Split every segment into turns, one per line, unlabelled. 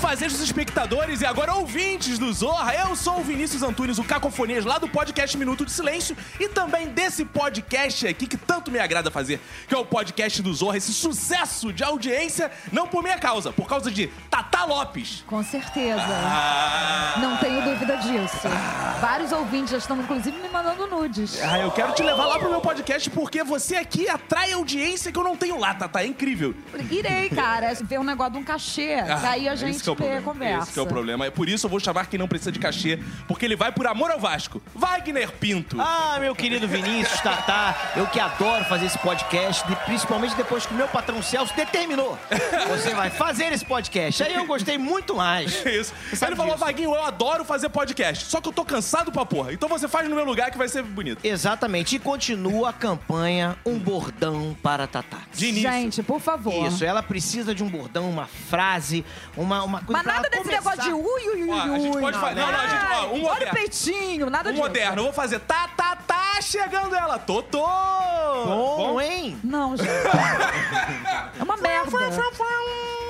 fazejos espectadores e agora ouvintes do Zorra. Eu sou o Vinícius Antunes, o Cacofonias, lá do podcast Minuto de Silêncio e também desse podcast aqui que tanto me agrada fazer, que é o podcast do Zorra, esse sucesso de audiência, não por minha causa, por causa de Tata Lopes.
Com certeza. Ah. Não tenho dúvida disso. Vários ouvintes já estão, inclusive, me mandando nudes.
Ah, eu quero te levar lá pro meu podcast porque você aqui atrai audiência que eu não tenho lá, Tata. É incrível.
Irei, cara, ver um negócio de um cachê. daí
Ah,
a gente
esse que é o
vê,
problema.
conversa.
Esse que é o problema. É por isso eu vou chamar quem não precisa de cachê, porque ele vai por amor ao Vasco. Wagner Pinto.
Ah, meu querido Vinícius, Tatá, eu que adoro fazer esse podcast, de- principalmente depois que o meu patrão Celso determinou. Você vai fazer esse podcast. Aí eu gostei muito mais.
É isso.
Você sabe
ele falou,
disso.
Vaguinho, eu adoro fazer podcast, só que eu tô cansado pra porra. Então você faz no meu lugar que vai ser bonito.
Exatamente. E continua a campanha Um Bordão para Tatá.
De início. é
Gente, por favor.
Isso, ela precisa de um bordão, uma frase, uma, uma coisa
Mas
pra
nada
ela
desse negócio de
começar.
ui, ui, ui,
Ó, a gente
ui.
pode fazer- não, não, a gente- ó, um
Ai, Olha
moderno.
o peitinho, nada
Um
disso.
moderno, eu vou fazer tá, tá, tá, chegando ela. Totô!
Bom, hein?
Não, gente. É uma merda.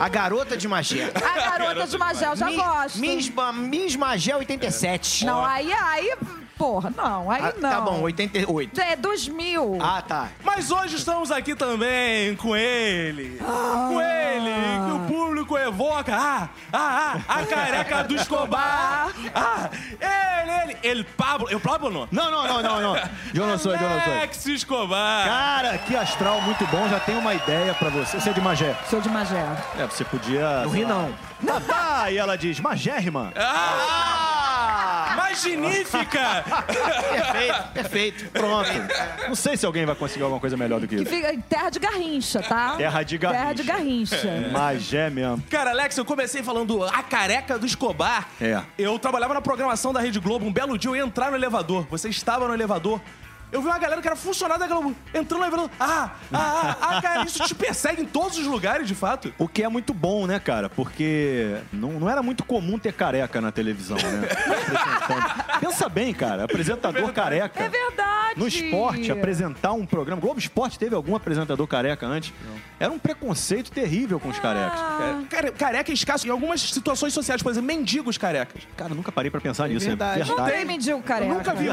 A garota de Magé.
A garota de Magel, já
Mi-
gosto.
Miss, Ba- Miss Magé 87.
Não, aí, aí, porra, não, aí
Ah,
não.
Tá bom, 88.
É 2000.
Ah, tá.
Mas hoje estamos aqui também com ele.
Ah.
Com ele, que o público evoca. Ah, ah, ah, a careca do Escobar. Ah, ele, ele, ele, Pablo. Eu Pablo não?
Não, não, não, não, não. Eu não sou, eu não sou.
Alex Escobar.
Cara, que astral muito bom. Já tenho uma ideia pra você. Você é de Magé.
Sou de Magel.
É, você podia...
Não ri, não.
Tá, tá. E ela diz, Magérrima.
Ah! Magnífica!
Perfeito, perfeito.
Pronto. Não sei se alguém vai conseguir alguma coisa melhor do que
Que
isso.
fica em terra de Garrincha, tá?
Né? Terra de É.
Terra de Garrincha.
Magé mesmo.
Cara, Alex, eu comecei falando a careca do Escobar.
É.
Eu trabalhava na programação da Rede Globo. Um belo dia eu ia entrar no elevador. Você estava no elevador. Eu vi uma galera que era funcionária da Globo entrando no elevador. Ah, ah, ah, ah, cara, isso te persegue em todos os lugares, de fato.
O que é muito bom, né, cara? Porque não, não era muito comum ter careca na televisão, né? Apresentando. Pensa bem, cara. Apresentador careca.
É verdade.
No esporte, apresentar um programa. Globo Esporte teve algum apresentador careca antes? Era um preconceito terrível com os carecas.
Ah.
É, Cara, careca é escasso em algumas situações sociais, por exemplo, mendigos carecas.
Cara, eu nunca parei pra pensar nisso.
verdade.
É
Não
verdade.
tem mendigo careca.
nunca vi.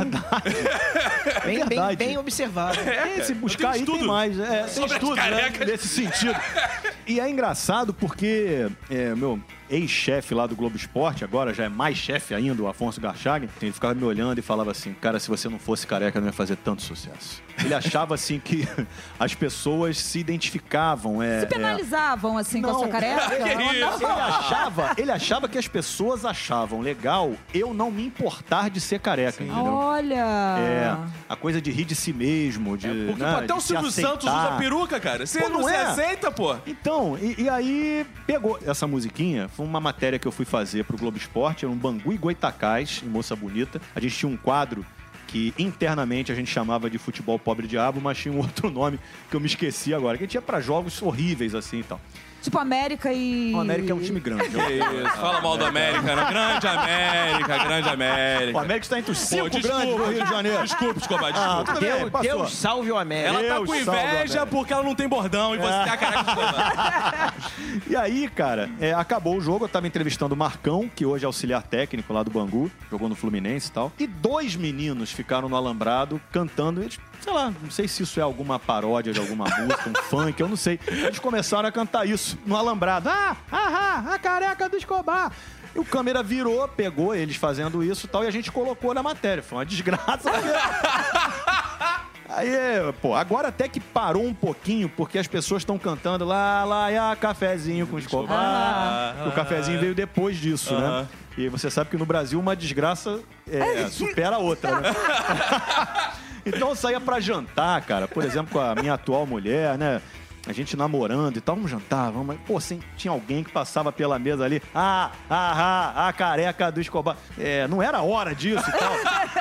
Bem, bem,
Verdade.
bem observado.
É, se buscar aí
estudo
tem mais. É, tem
sobre as
estudo né,
carecas.
nesse sentido. E é engraçado porque é, meu ex-chefe lá do Globo Esporte, agora já é mais chefe ainda, o Afonso Garchagen, ele ficava me olhando e falava assim, cara, se você não fosse careca, não ia fazer tanto sucesso. Ele achava assim que as pessoas se identificavam. É,
Se penalizavam, assim, com a sua
Não.
careca?
Que
Não,
isso?
Ele achava, ele achava que as pessoas achavam legal eu não me importar de ser careca, entendeu?
Olha.
É, a coisa de rir de si mesmo, de.
É, Porque
né,
pô, até
de
o
se
Silvio
aceitar.
Santos usa peruca, cara. Você
Pô,
não,
não
se
é?
aceita, pô.
Então, e, e aí pegou essa musiquinha, foi uma matéria que eu fui fazer pro Globo Esporte, era um Bangu e Goitacás, em Moça Bonita. A gente tinha um quadro que internamente a gente chamava de futebol pobre diabo, mas tinha um outro nome que eu me esqueci agora, que a gente ia pra jogos horríveis assim e tal.
Tipo América e...
O América é um time grande. né?
Isso, fala mal do América, né? Grande América, grande
O
América.
América está entre os
Pô,
cinco
desculpa,
grandes do Rio de Janeiro.
Desculpa, Escobar,
Ah,
desculpa.
tudo bem,
Deus,
passou.
Deus salve o América.
Ela tá
Eu
com
salvo a
inveja
América. É.
porque ela não tem bordão e você tem a careca de Escobar.
E aí, cara, é, acabou o jogo, eu tava entrevistando o Marcão, que hoje é auxiliar técnico lá do Bangu, jogou no Fluminense e tal. E dois meninos ficaram no alambrado cantando, eles, sei lá, não sei se isso é alguma paródia de alguma música, um funk, eu não sei. Eles começaram a cantar isso no alambrado. Ah, ah, ah, a careca do Escobar. E o câmera virou, pegou eles fazendo isso e tal, e a gente colocou na matéria. Foi uma desgraça. Aí, é, pô, agora até que parou um pouquinho, porque as pessoas estão cantando lá, lá, e a cafezinho com escovar. o cafezinho veio depois disso, né? E você sabe que no Brasil uma desgraça é, supera a outra, né? então eu saía pra jantar, cara, por exemplo, com a minha atual mulher, né? A gente namorando e tal, vamos jantar, vamos. Pô, assim, tinha alguém que passava pela mesa ali, ah, ah, ah, a careca do Escobar. É, não era hora disso e tal.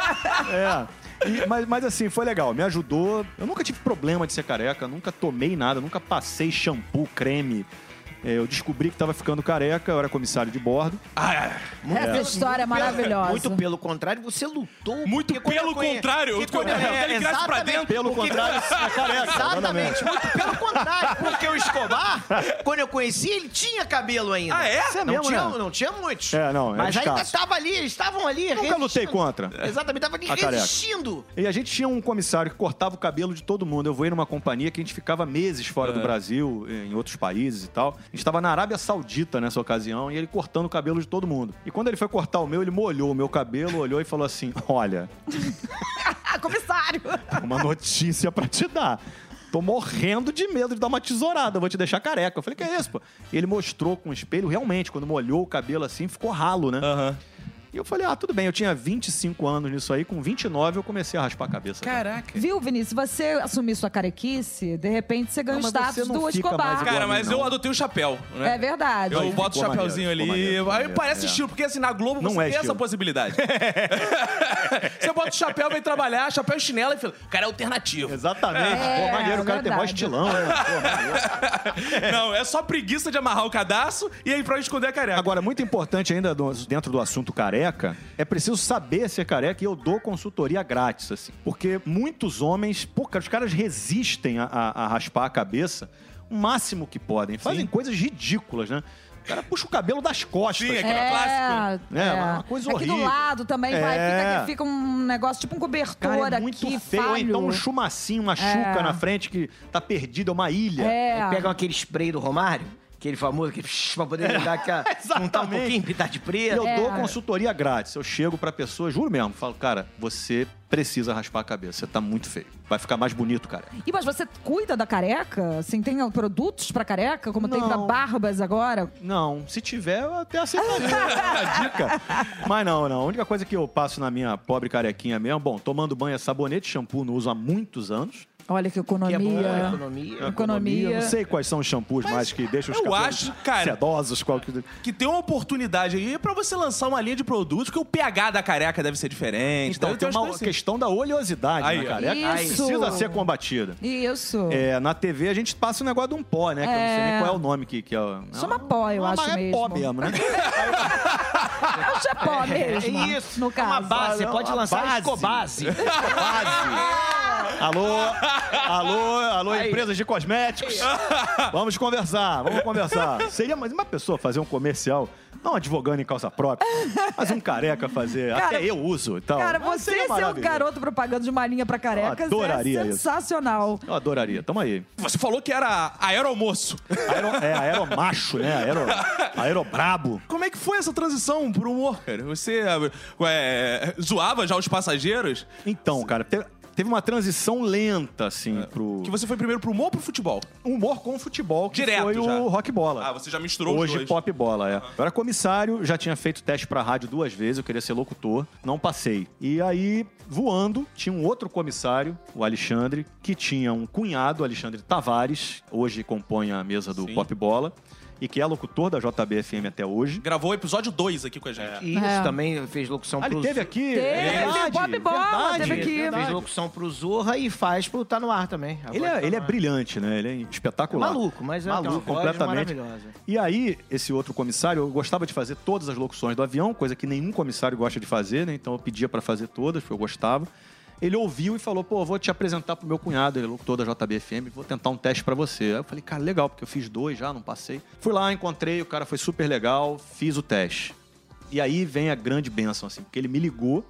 É. E- mas, mas assim, foi legal, me ajudou. Eu nunca tive problema de ser careca, nunca tomei nada, nunca passei shampoo, creme. É, eu descobri que tava ficando careca, eu era comissário de bordo. é.
Essa história é maravilhosa.
Muito pelo contrário, você lutou.
Muito
porque quando
pelo
eu conhe-
contrário,
porque
eu-
quando eu-
ele cresce pra
exatamente,
dentro,
Pelo
porque-
contrário, você é careca.
Exatamente, muito pelo contrário, porque o Escobar bar, quando eu conheci, ele tinha cabelo ainda.
Ah, é? Isso é
não,
mesmo,
tinha, um-
né?
não tinha muitos.
É, não, é
Mas ainda
escasso.
estava ali, eles estavam ali
Nunca lutei
resistindo.
contra.
Exatamente, tava ali
A careca.
resistindo.
E a gente tinha um comissário que cortava o cabelo de todo mundo. Eu voei numa companhia que a gente ficava meses fora do Brasil, em outros países e tal. A gente estava na Arábia Saudita nessa ocasião e ele cortando o cabelo de todo mundo. E quando ele foi cortar o meu, ele molhou o meu cabelo, olhou e falou assim: Olha,
Ah, comissário!
uma notícia pra te dar. Tô morrendo de medo de dar uma tesourada, eu vou te deixar careca. Eu falei, que é isso, pô? E ele mostrou com o espelho, realmente, quando molhou o cabelo assim, ficou ralo, né?
Aham.
E eu falei, ah, tudo bem, eu tinha 25 anos nisso aí, com 29 eu comecei a raspar a cabeça.
Caraca.
Viu, Vinícius? Se você assumir sua carequice, de repente você ganha
Não,
o
mas
status
você
do
não fica mais
Escobar.
igual.
Cara,
a mim,
mas
não.
eu adotei o chapéu, né?
É verdade.
Eu boto o
ficou
chapéuzinho ali.
maneiro, ficou maneiro,
aí
ficou
parece
maneiro, é.
estilo, porque assim, na Globo
Não
você
é
tem essa
estilo.
possibilidade. você bota o chapéu, vem trabalhar, chapéu e chinela e fala, cara, é alternativo.
Exatamente.
É,
Pô, maneiro, o cara tem mó
verdade.
estilão, né? Pô, maneiro.
Não, é só preguiça de amarrar o cadastro e aí pra esconder a careca.
Agora, muito importante ainda do- dentro do assunto careca, é preciso saber ser careca e eu dou consultoria grátis, assim. Porque muitos homens, pô, cara, os caras resistem a, a- a raspar a cabeça o máximo que podem. Fazem
Sim.
coisas ridículas, né? O cara puxa o cabelo das costas.
Sim, é
cara.
que era clássico,
né? É, uma coisa
Aqui do
horrível.
lado também vai,
É.
fica, fica um negócio tipo um cobertor
Cara, é muito
aqui,
feio. Ou
falho.
então um chumacinho, uma chuca na frente que tá perdida, é uma ilha.
É.
Aí pegam aquele spray do Romário, aquele famoso, que pra poder dar aquela... Juntar um
É. Exatamente.
pouquinho, pintar de
E
preto.
eu
É.
dou consultoria grátis. Eu chego pra pessoa, juro mesmo, falo, cara, você precisa raspar a cabeça. Você tá muito feio. Vai ficar mais bonito, cara.
E mas você cuida da careca? Assim, tem ó, produtos pra careca? Como tem
Não.
da Barbas agora?
Não, se tiver, eu até aceitaria É a dica. Mas não, não. A única coisa que eu passo na minha pobre carequinha mesmo, bom, tomando banho é sabonete, shampoo não uso há muitos anos.
Olha que
Que é bom, né?
economia.
economia.
Economia.
Eu não sei quais são os shampoos mais que deixam os
eu
cabelos
acho, cara- então
sedosos. Qual que...
que tem uma oportunidade aí pra você lançar uma linha de produtos, porque o pH da careca deve ser diferente.
Então,
deve ter
tem
umas
uma
coisas assim.
questão da oleosidade né,
Aí,
na
ó.
careca. que
Isso.
Precisa ser combatida.
Isso.
É, na TV a gente passa um negócio de um pó, né? Que eu não sei nem qual é o nome que, que é.
Só uma pó, eu
Não, mas
acho
é pó
mesmo.
mesmo, né?
É o chapó mesmo.
É isso.
No
é uma
caso.
base, você
Olha,
pode
uma
lançar
base. É.
a escobase.
assim.
Alô, alô, alô, empresas de cosméticos. Vamos conversar, vamos conversar. Seria mais uma pessoa fazer um comercial, não advogando em calça própria, mas um careca fazer.
Cara,
Até eu uso e tal.
Cara,
Mas
você ser
seria
um
maravilhoso.
garoto propaganda de uma linha pra carecas
Eu é adoraria
é
isso.
sensacional.
Eu adoraria, tamo aí.
Você falou que era aeromoço.
Aero, é, aeromacho, né? Aero, aerobrabo.
Como é que foi essa transição pro humor, cara? Você é, zoava já os passageiros?
Então, cara, te- teve uma transição lenta, assim, pro.
Que você foi primeiro pro humor ou pro futebol?
humor com futebol, que
Direto
foi
já.
o rock bola.
Ah, você já misturou os
Hoje,
dois.
pop bola, é. Eu era comissário, já tinha feito teste pra rádio duas vezes, eu queria ser locutor, não passei. E aí, voando, tinha um outro comissário, o Alexandre, que tinha um cunhado, Alexandre Tavares, hoje compõe a mesa do
Sim.
pop bola, e que é locutor da JBFM até hoje.
Gravou o episódio 2 aqui com a gente.
E isso
É.
também fez locução
Ah, ele
pro...
teve aqui?
Teve,
É verdade,
o Pop Bola
verdade,
Ah, teve aqui. né?
verdade.
Fez locução pro Zorra e faz pro Tá No Ar também. A
Ele
voz
é,
Tá
ele é
No Ar.
brilhante, né? Ele é espetacular.
Maluco, mas é uma
Maluco,
voz
completamente.
maravilhosa.
E aí, esse outro comissário, eu gostava de fazer todas as locuções do avião, coisa que nenhum comissário gosta de fazer, né? Então eu pedia pra fazer todas, porque eu gostava. Ele ouviu e falou: pô, eu vou te apresentar pro meu cunhado, ele é locutor da JBFM, vou tentar um teste pra você. Aí eu falei: cara, legal, porque eu fiz dois já, não passei. Fui lá, encontrei, o cara foi super legal, fiz o teste. E aí vem a grande bênção, assim, porque ele me ligou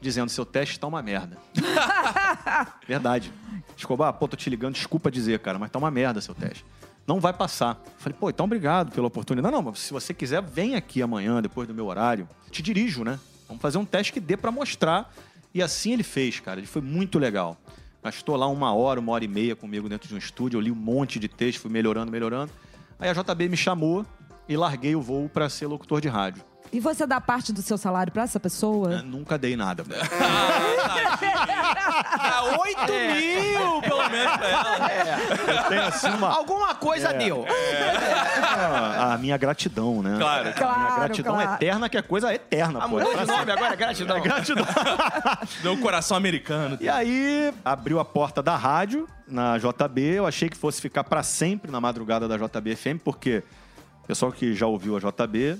dizendo: seu teste tá uma merda. Verdade. Escobar, pô, tô te ligando, desculpa dizer, cara, mas tá uma merda seu teste. Não vai passar. Falei, pô, então obrigado pela oportunidade. Não, não, mas se você quiser, vem aqui amanhã, depois do meu horário. Te dirijo, né? Vamos fazer um teste que dê pra mostrar. E assim ele fez, cara. Ele foi muito legal. Gastou lá uma hora, uma hora e meia comigo dentro de um estúdio. Eu li um monte de texto, fui melhorando, melhorando. Aí a JB me chamou e larguei o voo pra ser locutor de rádio.
E você dá parte do seu salário pra essa
Eu
pessoa?
nunca dei nada. velho.
Ah, 8 mil, pelo menos, pra ela.
Eu tenho assim uma,
Alguma coisa
É.
deu.
a, a minha gratidão, né?
É, Claro.
A minha
Claro,
gratidão
claro.
eterna, que é coisa eterna,
A
pô. É,
mudou de nome agora, gratidão.
Gratidão.
Deu um coração americano.
E aí, abriu a porta da rádio na JB. Eu achei que fosse ficar pra sempre na madrugada da JBFM, porque o pessoal que já ouviu a JB,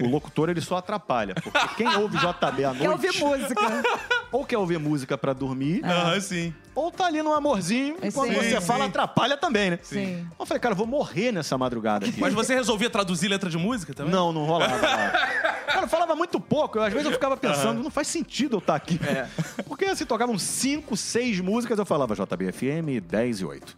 o locutor ele só atrapalha. Porque quem ouve JB à noite.
Quer ouvir música?
Ou quer ouvir música pra dormir,
Ah, sim.
Ou tá ali num amorzinho, e
É
quando
sim.
você
Sim,
fala,
sim.
atrapalha também, né?
Sim.
Eu falei, cara, eu vou morrer nessa madrugada aqui.
Mas você resolvia traduzir letra de música também?
Não, não rolava. Cara, cara eu falava muito pouco. Eu, às vezes eu ficava pensando, não faz sentido eu estar aqui. Porque assim, tocavam cinco, seis músicas, eu falava JBFM, 10 e 8.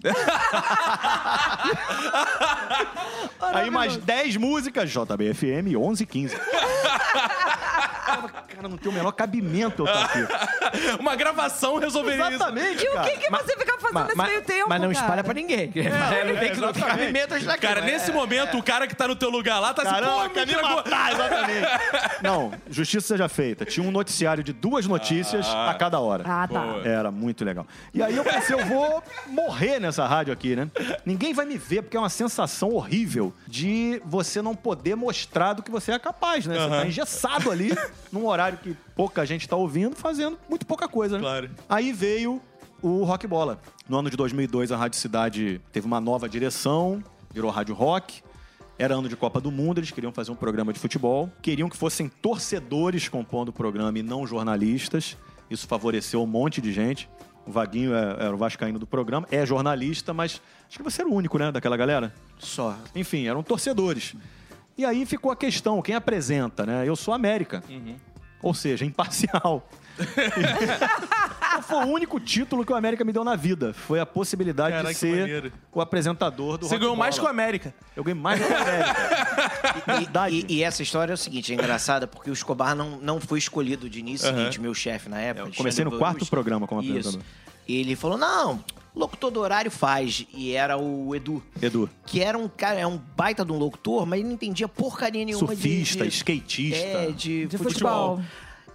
Aí mais 10 músicas, JBFM, 11 e 15. Eu falava, Cara, não tem o menor cabimento eu estar aqui.
Uma gravação resolveria
Exatamente,
E o
cara.
que, que você ficava fazendo nesse meio tempo?
mas não
cara?
espalha pra ninguém. Mas não tem que não tem
É, exatamente.
cabimento
isso. Cara,
É.
nesse momento, o cara que tá no teu lugar lá tá
Caramba,
assim, pô, a menina... go-
matar, exatamente. Não, justiça seja feita. Tinha um noticiário de duas notícias a cada hora.
Ah, tá.
Boa.
Era muito legal. E aí eu pensei, eu vou morrer nessa rádio aqui, né? Ninguém vai me ver, porque é uma sensação horrível de você não poder mostrar do que você é capaz, né? Você tá engessado ali, num horário que pouca gente tá ouvindo, fazendo muito pouca coisa, né?
Claro.
Aí veio o Rock Bola. No ano de 2002, a Rádio Cidade teve uma nova direção, virou Rádio Rock. Era ano de Copa do Mundo, eles queriam fazer um programa de futebol. Queriam que fossem torcedores compondo o programa e não jornalistas. Isso favoreceu um monte de gente. O Vaguinho é- era o vascaíno do programa, é jornalista, mas acho que você era o único, né, daquela galera? Só. Enfim, eram torcedores. E aí ficou a questão, quem apresenta, né? Eu sou América. Ou seja, imparcial. Foi o único título que o América me deu na vida. Foi a possibilidade
Caraca,
de
que
ser
maneiro.
o apresentador do
Você
Rock
ganhou mais com
Bola.
a América.
Eu ganhei mais com a América. Verdade.
E, e essa história é o seguinte, é engraçada, porque o Escobar não, não foi escolhido de início seguinte, meu chefe na época.
É, Eu comecei no
Alexandre
quarto
Borussia.
programa como apresentador.
Isso. Ele falou, não, locutor do horário faz. E era o Edu.
Edu,
Que era um cara, é um baita de um locutor, mas ele não entendia porcaria nenhuma de-
surfista,
de...
skatista.
É, de,
De
futebol.
futebol.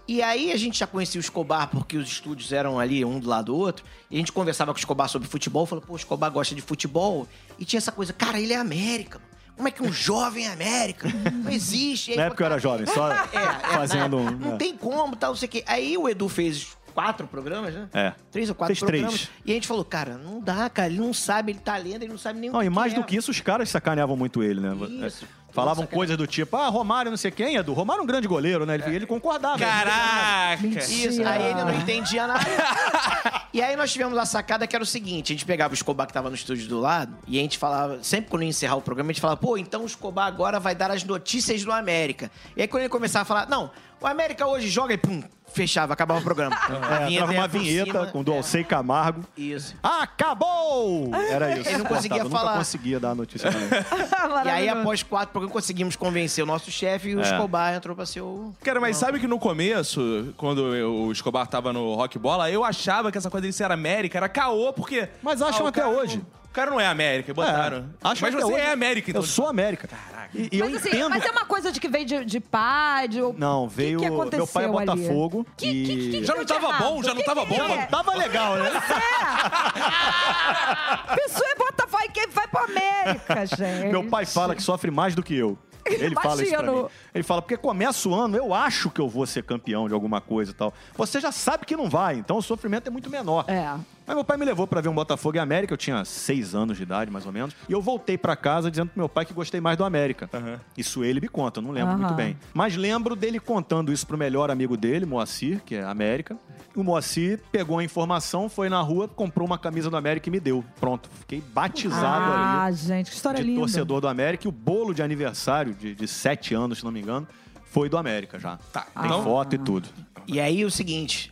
E aí a gente já conhecia o Escobar porque os estúdios eram ali um do lado do outro. E a gente conversava com o Escobar sobre futebol, falou, pô, o Escobar gosta de futebol. E tinha essa coisa, cara, ele é América. mano. Como é que um jovem é América? Não existe. E aí,
Na época eu
cara,
era jovem, só
é, é,
fazendo
é,
um.
Não
é.
tem como, tal, não sei o quê. Aí o Edu fez quatro programas, né?
É.
Três ou quatro
Fez três.
programas. E a gente falou, cara, não dá, cara. Ele não sabe, ele tá lendo, ele não sabe nem o
Não,
que
e mais
é.
do que isso, os caras sacaneavam muito ele, né?
Isso.
É, Falavam
Sacaneavam.
coisas do tipo, ah, Romário não sei quem, Edu. Romário é um grande goleiro, né? Ele, ele concordava.
Caraca!
Isso,
Mentira.
aí ele não entendia nada. e aí nós tivemos a sacada que era o seguinte: a gente pegava o Escobar que tava no estúdio do lado, e a gente falava, sempre quando ia encerrar o programa, a gente falava, pô, então o Escobar agora vai dar as notícias do América. E aí quando ele começava a falar, não, o América hoje joga e pum, fechava, acabava o programa. A
É, entrava
ia
uma
por
vinheta
cima. É.
com o do Alcei Camargo.
Isso.
Acabou! Era isso.
Ele não conseguia
Cortava,
falar.
Nunca conseguia dar a notícia. pra ele.
E aí,
Maravilhoso.
após quatro programas, conseguimos convencer o nosso chefe e
É.
o Escobar entrou pra ser o.
Cara, mas sabe que no começo, quando eu- o Escobar tava no Rock Bola, eu achava que essa coisa dele ser América era caô, porque...
Mas acham
Ah, o
até
cara
hoje.
não- o cara não é América, botaram.
É, acho
mas
até
você
hoje-
é América, então.
Eu sou América. E, e eu
mas, assim,
entendo.
mas é uma coisa de que veio de, de pai, de...
Não,
o que
veio.
que
meu pai é
aconteceu ali?
Botafogo.
Que- que- que- que
Já não
deu de
tava
errado?
bom, já
O
não
que
tava
que
bom,
é?
mano.
Tava legal, né?
A pessoa é Botafogo e quem vai pra América, gente.
Meu pai fala que sofre mais do que eu. Ele fala isso pra
Imagino.
mim. Ele fala, porque começa o ano, eu acho que eu vou ser campeão de alguma coisa e tal. Você já sabe que não vai, então o sofrimento é muito menor.
É.
Mas meu pai me levou pra ver um Botafogo e América, eu tinha seis anos de idade, mais ou menos. E eu voltei pra casa dizendo pro meu pai que gostei mais do América. Isso ele me conta, eu não lembro
Aham.
muito bem. Mas lembro dele contando isso pro melhor amigo dele, Moacir, que é América. O Moacir pegou a informação, foi na rua, comprou uma camisa do América e me deu. Pronto, fiquei batizado ali
Ah, gente, que história
de
linda.
torcedor do América. E o bolo de aniversário de, de sete anos, se não me engano, foi do América já.
Tá,
Tem
então-
foto e tudo.
E aí o seguinte,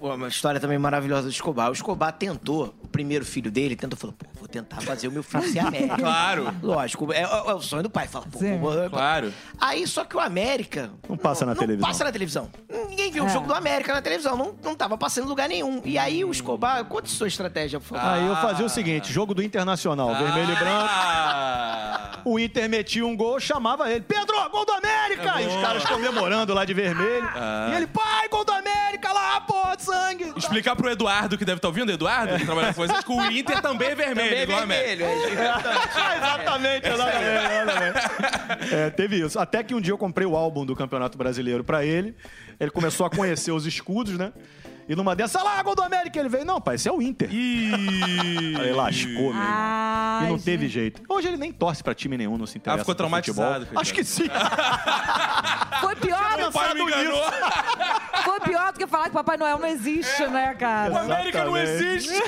uma história também maravilhosa do Escobar. O Escobar tentou, o primeiro filho dele tentou, falou, pô, vou tentar fazer o meu filho ser América.
Claro.
Lógico, é, é o sonho do pai, fala, pô,
Sim.
vou-
Claro.
Aí só que o América...
Não passa na televisão.
passa na televisão. Ninguém viu o
É.
jogo do América na televisão, não, não tava passando em lugar nenhum. E aí o Escobar, conta sua estratégia, por favor.
Aí eu fazia o seguinte: jogo do Internacional, vermelho e branco.
Ah!
O Inter metia um gol, chamava ele: Pedro, gol do
É
América! e os caras comemorando lá de vermelho. E ele: pai, gol do América lá, pô, sangue!
Explicar pro Eduardo, que deve estar ouvindo, Eduardo, que trabalha com vocês, que o Inter também é vermelho,
Também é
igual a América.
vermelho, é,
Ah, exatamente, exatamente. É, teve isso. Até que um dia eu comprei o álbum do Campeonato Brasileiro pra ele. Ele começou a conhecer os escudos, né? E numa dessa, "Olha lá, gol do América, ele veio. Não, pai, esse é o Inter.
Ih!
Aí lascou, meu irmão.
Ah,
E não teve jeito. Hoje ele nem torce pra time nenhum, não se interessa.
Ah, ficou
por futebol.
traumatizado, coitado.
Acho que sim.
Foi pior.
O pai me enganou.
Foi pior do que falar que Papai Noel não existe, né,
O
cara?
América não
Exatamente.
existe.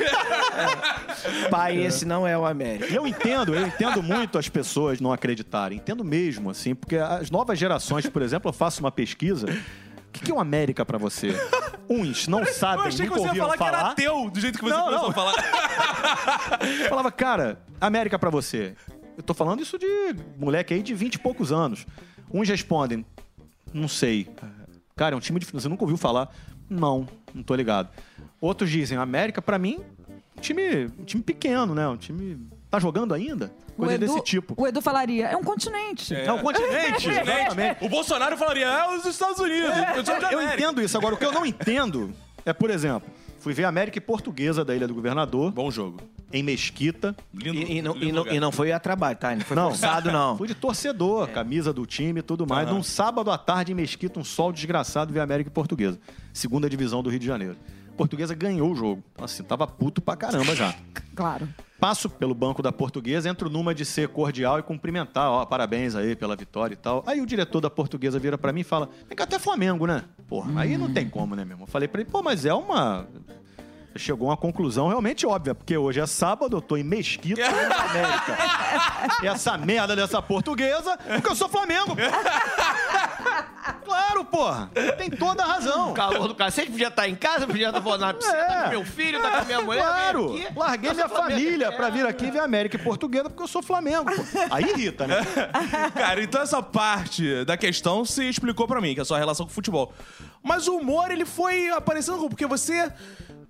Pai, esse não é o América.
E eu entendo, eu entendo muito as pessoas não acreditarem. Entendo mesmo, assim, porque as novas gerações, por exemplo, eu faço uma pesquisa. O que que é o América pra você? Uns não
Eu
sabem,
achei que
nunca
você ia
ouviram
falar, que era
falar.
ateu, do jeito que você
Não,
começou
não.
a falar.
Eu falava, cara, América pra você. Eu tô falando isso de moleque aí de 20 e poucos anos. Uns respondem, não sei. Cara, é um time de você nunca ouviu falar? Não, não tô ligado. Outros dizem, América pra mim, um time, um time pequeno, né? Um time tá jogando ainda? Coisa desse tipo.
o Edu falaria, é um continente.
É um continente, exatamente.
Gente, o Bolsonaro falaria, é os Estados Unidos, eu sou de
Eu
América.
entendo isso. Agora, o que eu não entendo é, por exemplo, fui ver a América e Portuguesa da Ilha do Governador,
Bom jogo.
em Mesquita.
Lindo,
E, e não,
lindo
e não-
lugar.
e não foi a trabalho, tá? Não foi
Não.
forçado, não.
Fui de torcedor, camisa do time e tudo mais. Num sábado à tarde em Mesquita, um sol desgraçado, ver a América e Portuguesa. Segunda divisão do Rio de Janeiro. Portuguesa ganhou o jogo. Então, Assim, tava puto pra caramba já.
Claro.
Passo pelo banco da portuguesa, entro numa de ser cordial e cumprimentar, ó, parabéns aí pela vitória e tal. Aí o diretor da portuguesa vira pra mim e fala: vem cá até Flamengo, né? Porra, aí não tem como, né, meu irmão? Eu Falei pra ele: pô, mas é uma. Chegou a uma conclusão realmente óbvia, porque hoje é sábado, eu tô em Mesquita, na América. E essa merda dessa portuguesa, porque eu sou Flamengo. Claro, porra! Tem toda a razão.
O calor do cacete, podia estar em casa, podia estar na piscina,
É.
tá com meu filho, tá com minha mulher.
Claro!
vem aqui.
Larguei
Eu
minha
sou Flamengo.
família
É.
pra vir aqui ver a América e Portuguesa porque eu sou Flamengo. pô. Aí irrita, né?
Cara, então essa parte da questão se explicou pra mim, que é a sua relação com o futebol. Mas o humor, ele foi aparecendo porque você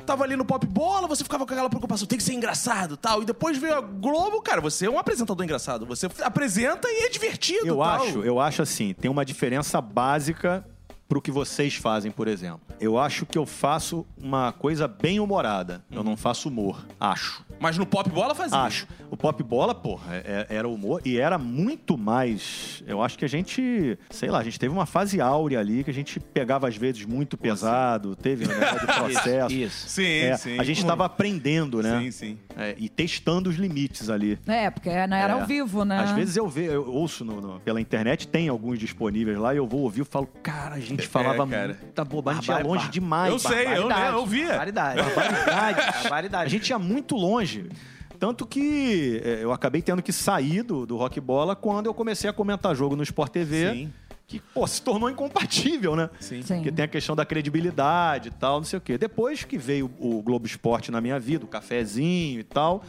tava ali no pop bola, você ficava com aquela preocupação, tem que ser engraçado tal. E depois veio a Globo, cara, você é um apresentador engraçado. Você apresenta e é divertido.
Eu
tal.
acho, eu acho assim, tem uma diferença básica pro que vocês fazem, por exemplo. Eu acho que eu faço uma coisa bem humorada. Eu não faço humor. Acho.
Mas no pop bola fazia.
Acho. O pop bola, porra, é- é- era humor e era muito mais. Eu acho que a gente, sei lá, a gente teve uma fase áurea ali que a gente pegava às vezes muito pesado, teve né, de processo.
Isso.
Sim,
É,
sim.
A gente tava aprendendo, né?
Sim, sim.
É, e testando os limites ali.
É, porque não era
É.
ao vivo, né?
Às vezes eu, ve, eu ouço no- no- pela internet, tem alguns disponíveis lá, e eu vou ouvir e falo, cara, a gente falava
É,
cara.
muita bobagem, a gente ia
Barbar-
longe
bar-
demais.
Eu sei, eu, né,
Barbaridade.
eu via.
Barbaridade.
Barbaridades. A
Barbaridade.
gente ia muito longe. Tanto que é, eu acabei tendo que sair do, do rock bola quando eu comecei a comentar jogo no Sport TV.
Sim.
Que, pô, se tornou incompatível, né?
Sim.
Sim.
Porque tem a questão da credibilidade e tal, não sei o quê. Depois que veio o Globo Esporte na minha vida, o cafezinho e tal,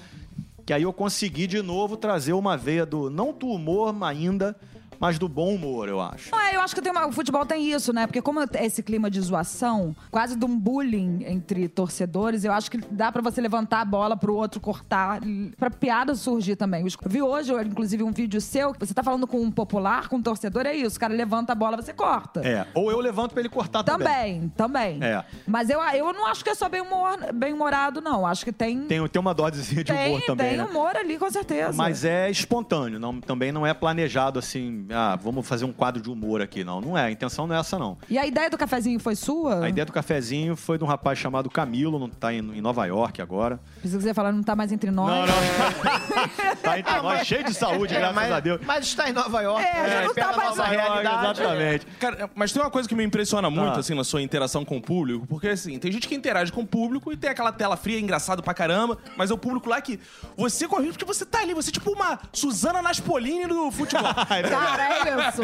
que aí eu consegui de novo trazer uma veia do, não do humor ainda, mas do bom humor, eu acho.
Não, é, eu acho que tem uma- o futebol tem isso, né? Porque como é esse clima de zoação, quase de um bullying entre torcedores, eu acho que dá pra você levantar a bola pro outro cortar, l- pra piada surgir também. Eu vi hoje, inclusive, um vídeo seu, que você tá falando com um popular, com um torcedor, é isso. O cara levanta a bola, você corta.
É, ou eu levanto pra ele cortar também.
Também, também.
É.
Mas eu, eu não acho que é só bem, humor, bem humorado, não. Acho que tem.
Tem, tem uma dosezinha de humor também,
tem
né?
humor ali, com certeza.
Mas é espontâneo, não- também não é planejado assim, ah, vamos fazer um quadro de humor aqui, não. Não é, a intenção não é essa, não.
E a ideia do cafezinho foi sua?
A ideia do cafezinho foi de um rapaz chamado Camilo, não tá em, em Nova York agora.
Pensei que você ia falar, não tá mais entre nós.
Não, não. tá entre nós, cheio de saúde, graças
É, mas,
a Deus.
Mas está em Nova York.
É, já não tá
pela
mais
nova
lá.
realidade.
Exatamente.
É, Cara, mas tem uma coisa que me impressiona muito,
Ah.
assim, na sua interação com o público, porque, assim, tem gente que interage com o público e tem aquela tela fria, engraçado pra caramba, mas é o público lá que você convive porque você tá ali, você é tipo uma Suzana Naspolini do futebol.
Cara, é isso.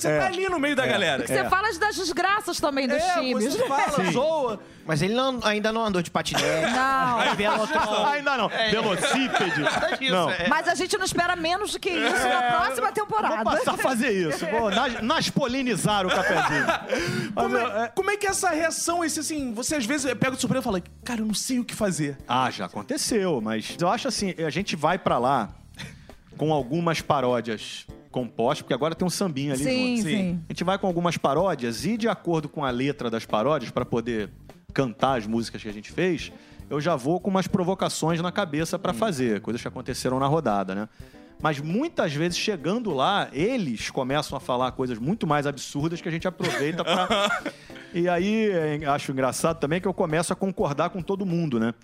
você tá ali no meio
É.
da galera.
Você fala das desgraças também dos
É,
times.
você fala, zoa.
Mas ele não- ainda não andou de patinete.
Não.
É.
Ah, ainda não. Velocípede.
né?
disso,
não.
é.
Mas a gente não espera menos do que isso na próxima
Vou
temporada.
passar um a fazer isso. Vou nas, naspolinizar o cafezinho. Mas
Como
eu-
é, como é que é essa reação, esse, assim, você às vezes pega de surpresa e fala, cara, eu não sei o que fazer.
Ah, já aconteceu, mas eu acho assim, a gente vai pra lá com algumas paródias compostas, porque agora tem um sambinho ali
Sim,
junto.
sim.
A gente vai com algumas paródias e de acordo com a letra das paródias pra poder cantar as músicas que a gente fez, eu já vou com umas provocações na cabeça pra fazer, coisas que aconteceram na rodada, né? Mas muitas vezes chegando lá, eles começam a falar coisas muito mais absurdas que a gente aproveita pra. e aí é, acho engraçado também que eu começo a concordar com todo mundo, né?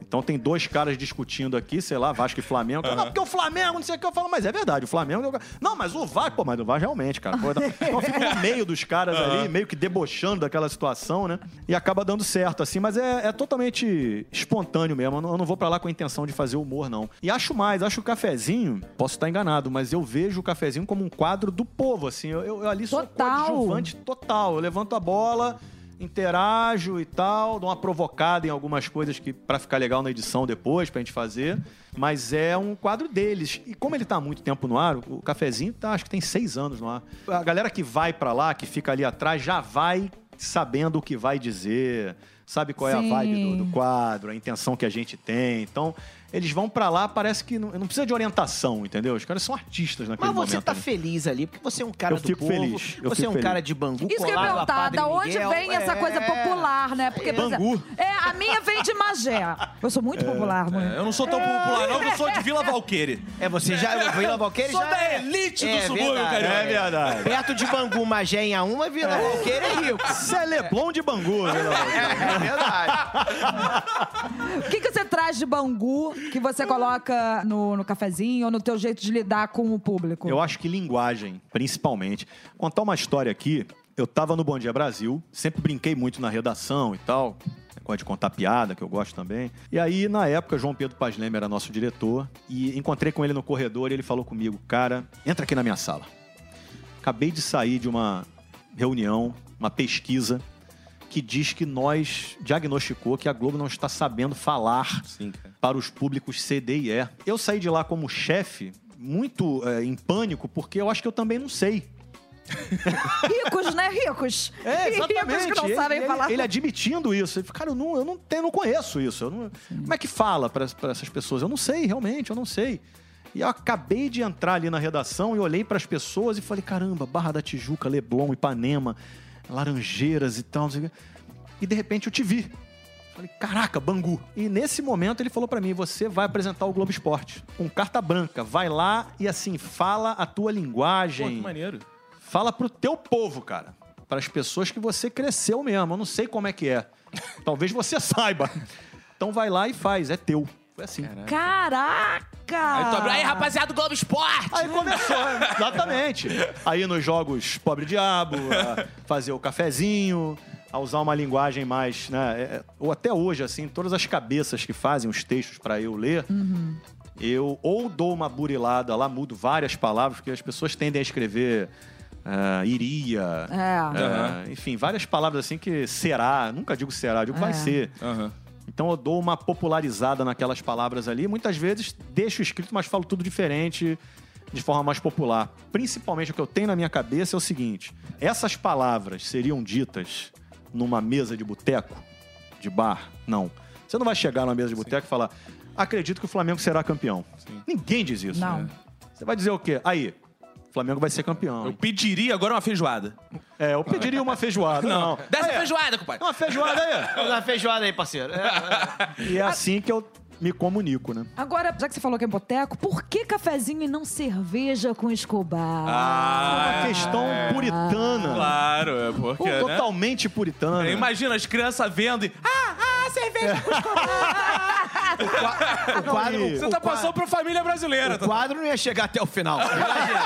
Então tem dois caras discutindo aqui, sei lá, Vasco e Flamengo. Não, porque o Flamengo, não sei o que eu falo, mas é verdade, o Flamengo. Não, mas o Vasco, pô, mas o Vasco realmente, cara. Pô, então fica no meio dos caras ali, meio que debochando daquela situação, né? E acaba dando certo, assim, mas é, é totalmente espontâneo mesmo. Eu não, eu não vou pra lá com a intenção de fazer humor, não. E acho mais, acho o cafezinho, posso estar enganado, mas eu vejo o cafezinho como um quadro do povo, assim. Eu, eu- eu ali sou
Total.
coadjuvante total. Eu levanto a bola, interajo e tal, dou uma provocada em algumas coisas que para ficar legal na edição depois, pra gente fazer. Mas é um quadro deles. E como ele tá há muito tempo no ar, o cafezinho tá, acho que tem seis anos no ar. A galera que vai pra lá, que fica ali atrás, já vai sabendo o que vai dizer. Sabe qual é
Sim.
a vibe do, do quadro, a intenção que a gente tem. Então, eles vão pra lá, parece que não, não precisa de orientação, entendeu? Os caras são artistas naquele
Mas
momento.
você tá
né?
feliz ali, porque você é um cara
Eu
do
fico
povo,
feliz, eu
você
fico
é um
feliz.
cara de Bangu,
Isso que eu ia
colado a
perguntar,
Padre
da onde
Miguel.
vem essa coisa
É.
popular, né? Porque, por exemplo, é, a minha vem de Magé. Eu sou muito popular, mano.
Eu não sou tão popular, não, que eu sou de Vila Valqueire.
É, você já. Vila Valqueira
Sou
já.
da
é-
elite do
é
subúrbio,
verdade,
carioca.
É verdade.
Perto de Bangu, Magé em A1, Vila Valqueira é rico.
Celeblon de Bangu, né?
É verdade.
O que, que você traz de Bangu que você coloca no, no cafezinho ou no teu jeito de lidar com o público?
Eu acho que linguagem, principalmente. Contar uma história aqui. Eu tava no Bom Dia Brasil, sempre brinquei muito na redação e tal. Gosto de contar piada, que eu gosto também. E aí, na época, João Pedro Paz Leme era nosso diretor. E encontrei com ele no corredor e ele falou comigo, cara, entra aqui na minha sala. Acabei de sair de uma reunião, uma pesquisa, que diz que nós diagnosticou que a Globo não está sabendo falar
Sim, cara.
para os públicos CD e E. Eu saí de lá como chefe, muito eh, em pânico, porque eu acho que eu também não sei.
Ricos, né? Ricos. Ricos que não
ele,
sabem
É, ele- é
falar.
ele admitindo isso. Ele falou, cara, eu não, eu não, tenho, não conheço isso. eu não- como é que fala para essas pessoas? Eu não sei, realmente, eu não sei. E eu acabei de entrar ali na redação e olhei para as pessoas e falei, caramba, Barra da Tijuca, Leblon, Ipanema, Laranjeiras e tal. Não sei o quê. E de repente eu te vi. Falei, caraca, Bangu. E nesse momento ele falou pra mim: você vai apresentar o Globo Esporte com carta branca. Vai lá e assim, fala a tua
Pô,
linguagem.
que maneiro.
Fala pro teu povo, cara. Para as pessoas que você cresceu mesmo. Eu não sei como é que é. Talvez você saiba. Então vai lá e faz, é teu. Foi assim.
Caraca!
Aí, tu abre, aí, rapaziada do Globo Esporte!
Aí começou, exatamente. Aí nos jogos Pobre Diabo, a fazer o cafezinho, a usar uma linguagem mais, né? é- Ou até hoje, assim, todas as cabeças que fazem os textos pra eu ler, eu ou dou uma burilada lá, mudo várias palavras, porque as pessoas tendem a escrever ah, iria,
É.
ah, enfim, várias palavras assim que será, nunca digo será, digo vai
É.
ser.
Aham.
Então eu dou uma popularizada naquelas palavras ali. Muitas vezes deixo escrito, mas falo tudo diferente, de forma mais popular. Principalmente o que eu tenho na minha cabeça é o seguinte: essas palavras seriam ditas numa mesa de boteco, de bar? Não. Você não vai chegar numa mesa de boteco e falar: acredito que o Flamengo será campeão. Ninguém diz isso.
Não.
né? Você vai dizer o quê? Aí. o Flamengo vai ser campeão.
Eu pediria agora uma feijoada.
É, eu pediria uma feijoada. Não.
Dá essa
Aí,
feijoada, compadre.
Uma feijoada aí.
Vamos dar uma feijoada aí, parceiro.
E é assim que eu me comunico, né?
Agora, já que você falou que é boteco, por que cafezinho e não cerveja com Escobar?
Ah,
Uma questão puritana.
Claro, é
Pô,
porque, né?
Totalmente puritana.
Imagina as crianças vendo e... Ah, ah, cerveja com
O quadro,
e-
Você tá passando pra família brasileira.
o
Tá...
quadro não ia chegar até o final. Imagina.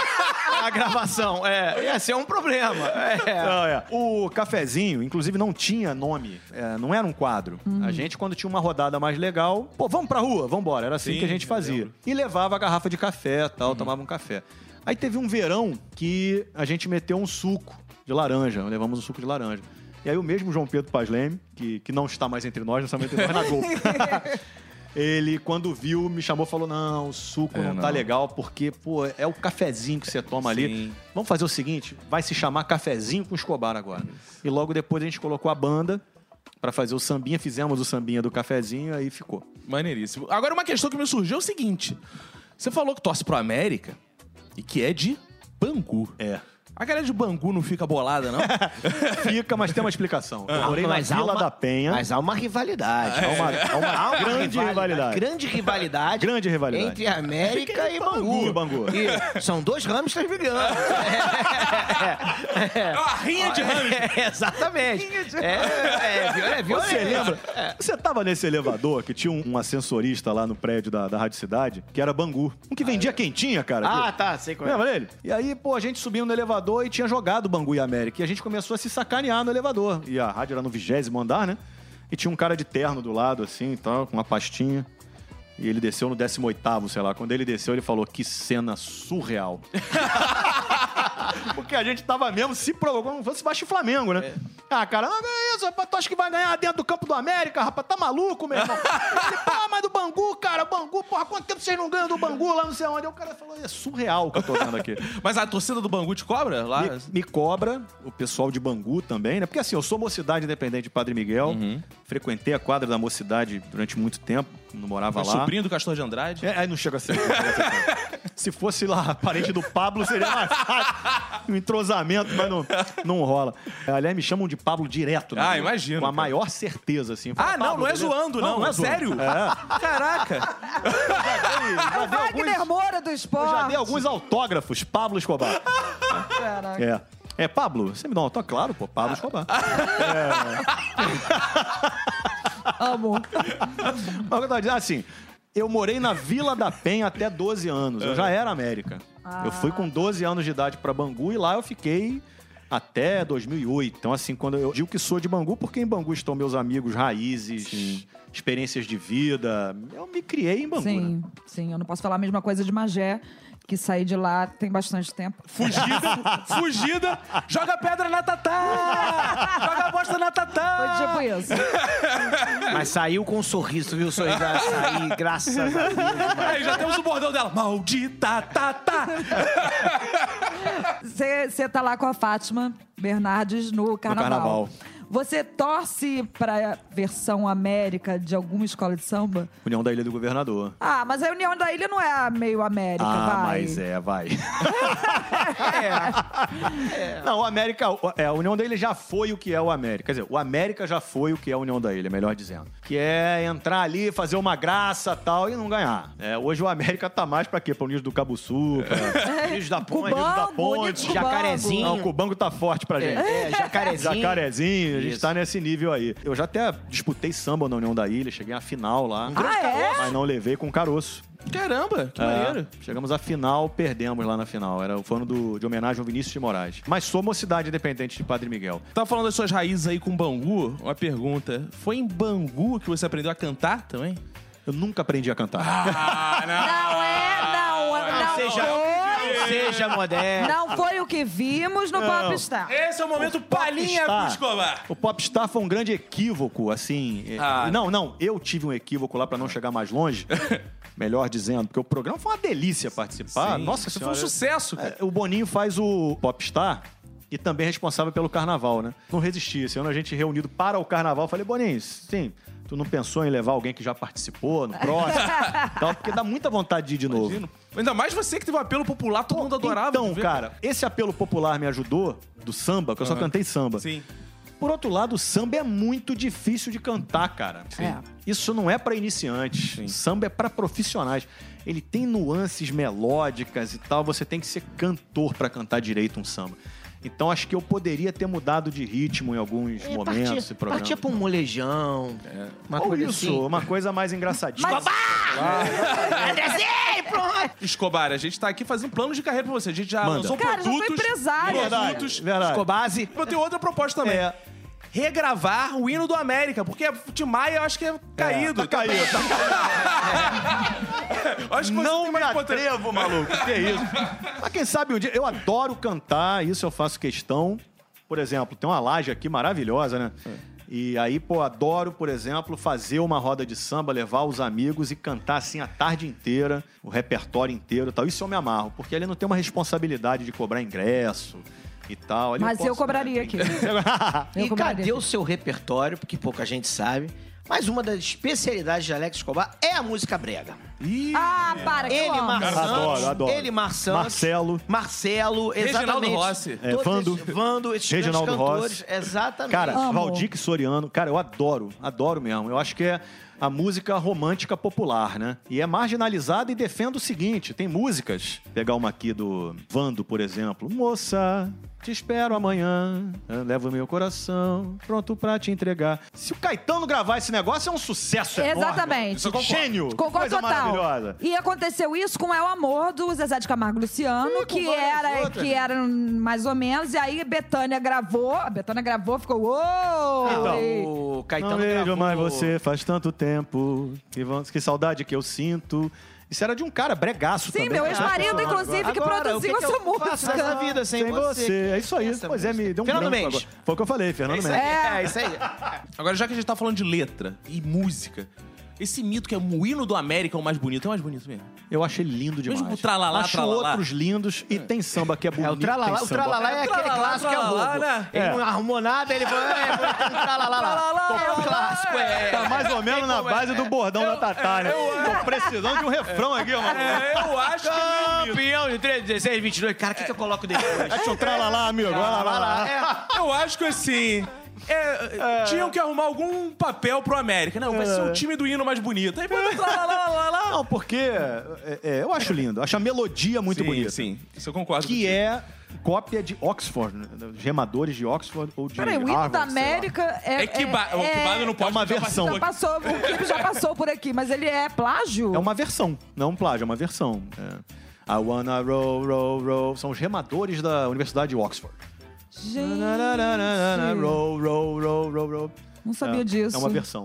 A gravação. É, ia ser um problema. É.
Não, é. O cafezinho, inclusive, não tinha nome. É, não era um quadro. A gente, quando tinha uma rodada mais legal, pô, vamos pra rua, vamos embora. Era assim
Sim,
que a gente
eu
fazia.
lembro.
E levava a garrafa de café tal,
Uhum.
tomava um café. Aí teve um verão que a gente meteu um suco de laranja. Levamos um suco de laranja. E aí o mesmo João Pedro Paz Leme, que, que não está mais entre nós, não está mais entre nós na Globo. Ele, quando viu, me chamou e falou: Não, o suco
É,
não, tá legal, porque, pô, é o cafezinho que você toma ali.
Sim.
Vamos fazer o seguinte: vai se chamar Cafezinho com Escobar agora. E logo depois a gente colocou a banda pra fazer o sambinha, fizemos o sambinha do cafezinho, aí ficou.
Maneiríssimo. Agora, uma questão que me surgiu é o seguinte. Você falou que torce pro América e que é de Bangu.
É.
A galera de Bangu não fica bolada, não? É
Fica, mas tem uma explicação. Eu morei na
Mas há
Vila
uma-
da Penha.
Mas há uma rivalidade.
Há uma, há uma
Há uma
grande rivalidade.
Grande rivalidade.
Grande rivalidade.
Entre América e Bangu.
E Bangu.
E são dois hamsters brigando.
É uma rinha de hamster.
É, exatamente. É, é, viol- é violento.
Você lembra? Você tava nesse elevador que tinha um, um ascensorista lá no prédio da, da Rádio Cidade, que era Bangu. Um que vendia quentinha, cara.
Ah,
viu?
tá, sei qual é.
Lembra dele? E aí, pô, a gente subiu no elevador e tinha jogado Bangu e América. E a gente começou a se sacanear no elevador. E a rádio era no vigésimo andar, né? E tinha um cara de terno do lado, assim, e tal, com uma pastinha. E ele desceu no 18º, sei lá. Quando ele desceu, ele falou, que cena surreal. Porque a gente tava mesmo se provocando, como se fosse baixo Flamengo, né? Ah, cara, não é isso, rapaz. Tu acha que vai ganhar dentro do campo do América, rapaz? Tá maluco, meu irmão? Ele, Pô, mas do Bangu, cara, Bangu, porra, quanto tempo vocês não ganham do Bangu lá, não sei onde? Aí o cara falou, é surreal o que eu tô vendo aqui.
Mas a torcida do Bangu te cobra lá?
Me, me cobra, o pessoal de Bangu também, né? Porque assim, eu sou mocidade independente de Padre Miguel, frequentei a quadra da mocidade durante muito tempo, não morava
O
lá.
sobrinho do Castor de Andrade?
É, aí não chega a ser. Se fosse lá parente do Pablo, seria mais fácil. Um entrosamento, mas não, não rola. É, Aliás, me chamam de Pablo direto.
Ah,
né?
imagino,
Com a
cara.
maior certeza, assim. Fala,
Ah, não,
"Pablo,
não é
beleza?"
zoando, não. é
zoando.
sério?
É.
Caraca.
É o Wagner Moura do
Eu
esporte.
já dei alguns autógrafos, Pablo Escobar.
Caraca.
É. É, Pablo, você me dá um autógrafo? Claro, pô,
Ah,
Pablo Escobar.
Amo.
Mas o que eu tava dizendo, assim, eu morei na Vila da Penha até 12 anos. Eu já era América. Eu fui com 12 anos de idade pra Bangu e lá eu fiquei até 2008. Então, assim, quando eu digo que sou de Bangu, porque em Bangu estão meus amigos, raízes, experiências de vida. Eu me criei em Bangu. né?
Sim, sim. Eu não posso falar a mesma coisa de Magé, que saí de lá tem bastante tempo.
Fugida, fugida, joga pedra na tatá! Joga bosta na
Foi
tatá!
Ah!
tipo isso.
Mas saiu com um sorriso, viu? O sorriso vai sair, graças a Deus.
Aí já temos o bordão dela. Maldita tá, tatá!
Você você tá lá com a Fátima Bernardes no carnaval.
carnaval.
Você torce pra versão América de alguma escola de samba?
União da Ilha do Governador.
Ah, mas a União da Ilha não é meio América,
Ah,
vai.
mas é, vai.
É.
Não, o América. o- É, a União da Ilha já foi o que é o América. Quer dizer, o América já foi o que é a União da Ilha, melhor dizendo. Que é entrar ali, fazer uma graça tal e não ganhar. É, hoje o América tá mais pra quê? Pra Unidos do Cabo Sul, pra
Filhos da ponte.
Unidos da
É. Cubão,
Ponte,
bonito Cubambo.
jacarezinho.
Não, o Cubango tá forte pra gente.
É, jacarezinho.
Jacarezinho, a gente
Isso.
tá nesse nível aí. Eu já até disputei samba na União da Ilha, cheguei à final lá.
Ah, é?
Mas não levei com caroço.
Caramba, que
É,
maneiro.
Chegamos à final, perdemos lá na final. Era o fã do, de homenagem ao Vinícius de Moraes. Mas sou mocidade independente de Padre Miguel.
Tava Tá falando das suas raízes aí com Bangu. Uma pergunta. Foi em Bangu que você aprendeu a cantar também?
Eu nunca aprendi a cantar.
Ah,
Não é, não, é- não,
seja-
foi.
Não Seja moderno.
Não foi o que vimos no Popstar.
Esse é o momento palhinha
Popstar-
com Escobar.
O Popstar foi um grande equívoco, assim. é-
Ah.
Não, não, eu tive um equívoco lá pra não chegar mais longe. Melhor dizendo, porque o programa foi uma delícia participar.
Sim,
Nossa
isso
senhora.
foi um sucesso, cara.
É, o Boninho faz o Popstar e também é responsável pelo carnaval, né? Não resisti. Esse ano a gente reunido para o carnaval, falei, Boninho, sim, tu não pensou em levar alguém que já participou no próximo? tal, porque dá muita vontade de ir de novo.
Ainda mais você que teve um apelo popular, todo mundo adorava.
Então,
de ver.
cara, esse apelo popular me ajudou do samba, que eu só
Aham.
cantei samba.
Sim.
Por outro lado, o samba é muito difícil de cantar, cara.
É.
Isso não é pra iniciantes. Samba é pra profissionais. Ele tem nuances melódicas e tal. Você tem que ser cantor pra cantar direito um samba. Então acho que eu poderia ter mudado de ritmo em alguns
É,
momentos
partia,
e programas.
partia pra um molejão. Uma
Ou
coisa
isso,
assim.
uma coisa mais engraçadinha. Tá
Andrezinho, pronto.
Escobar, a gente tá aqui fazendo planos de carreira pra você. A gente já
Manda.
lançou
Cara, eu sou
produtos.
empresária.
Produtos.
Verdade.
Escobase.
Eu tenho outra proposta também.
É.
Regravar o hino do América, porque Tim Maia eu acho que é caído.
É, tá caído, tá
Eu acho que você
Não
tem
me
mais potência.
atrevo, maluco. Que isso? Mas quem sabe um dia. Eu adoro cantar, isso eu faço questão. Por exemplo, tem uma laje aqui maravilhosa, né? E aí, pô, adoro, por exemplo, fazer uma roda de samba, levar os amigos e cantar assim a tarde inteira, o repertório inteiro e tal. Isso eu me amarro, porque ali não tem uma responsabilidade de cobrar ingresso, e tal. Ali
Mas eu
posso,
cobraria
né, tem-
aqui. Eu
e
cobraria.
cadê o seu repertório? Porque pouca gente sabe. Mas uma das especialidades de Alex Escobar é a música brega.
Ih,
Ah, para, que eu
Ele,
amo.
Mar Santos,
Adoro, adoro.
Ele, Mar Santos,
Marcelo.
Marcelo,
Reginaldo
exatamente.
Rossi.
É,
Todos
Vando.
esses- Vando, esses grandes
Reginaldo
cantores.
Rossi.
Exatamente. Ah,
Cara,
Amo.
Valdir Soriano, cara, eu adoro, adoro mesmo. Eu acho que é a música romântica popular, né? E é marginalizada e defende o seguinte: tem músicas. Pegar uma aqui do Vando, por exemplo. Moça, te espero amanhã. eu Levo meu coração, pronto pra te entregar. Se o Caetano gravar esse negócio, é um sucesso enorme.
Exatamente. Isso eu concordo.
Gênio. que
Concordo
coisa
total.
maravilhosa.
E aconteceu isso com É o Amor do Zezé de Camargo e Luciano,
Ih, com
que
várias
era
outras.
que era um- mais ou menos. E aí Betânia gravou, a Betânia gravou, ficou uou!
Então.
E-
O
Não
Caetano
vejo
gravou-
mais você faz tanto tempo. Que, vão- que saudade que eu sinto. Isso era de um cara bregaço
Sim,
também.
meu
né?
ex-marido,
Impressionante.
inclusive, que
Agora,
produziu
o que que
essa
eu faço
música.
nessa vida sem, você?
É isso aí.
Essa
Pois é,
música.
me deu um
Fernando
branco
Mendes.
agora. Foi o que eu falei, Fernando
Isso aí,
Mendes.
É,
É.
isso aí.
Agora, já que a gente tá falando de letra e música, esse mito que é o hino do América é o mais bonito, é o mais bonito mesmo.
Eu achei lindo demais.
Mesmo com o tralalá,
Acho
tralalá.
outros lindos e tem samba que é bonito.
É, o tralalá,
tem
o
samba.
tralalá é aquele
Tralalá,
clássico que é o
tralalá,
roubo.
né?
Ele
É.
não arrumou nada, ele falou, é, vou ter um tralalá lá. É um clássico, é.
Tá mais ou menos na base do bordão da Tatá, né? Tô precisando de um refrão aqui, mano.
É, eu acho
um
que.
Campeão de 3, 16, 22. Cara, o que, que eu coloco depois?
Deixa o tralalá, amigo. Lá, lá, lá.
É.
Eu acho que assim. é, Tinham que arrumar algum papel pro América. Não, vai ser o time do hino mais bonito. Aí bota lá, lá, lá, lá, lá.
É. Não, porque é, é, eu acho lindo. Acho a melodia muito
sim,
bonita.
Sim, isso eu concordo.
Que é cópia de Oxford, né? Dos remadores de Oxford ou de
Peraí, o hino
Harvard,
da
sei lá.
América é.
É que ba... o que Bado não pode
é uma
ficar
versão.
participando
já passou, o clipe já passou por aqui, mas ele é plágio?
É uma versão, não um plágio, é uma versão. É. I wanna roll, roll, roll. São os remadores da Universidade de Oxford.
Gente,
Nananana, Roll, roll, roll, roll, roll.
não sabia
é,
disso.
É uma versão.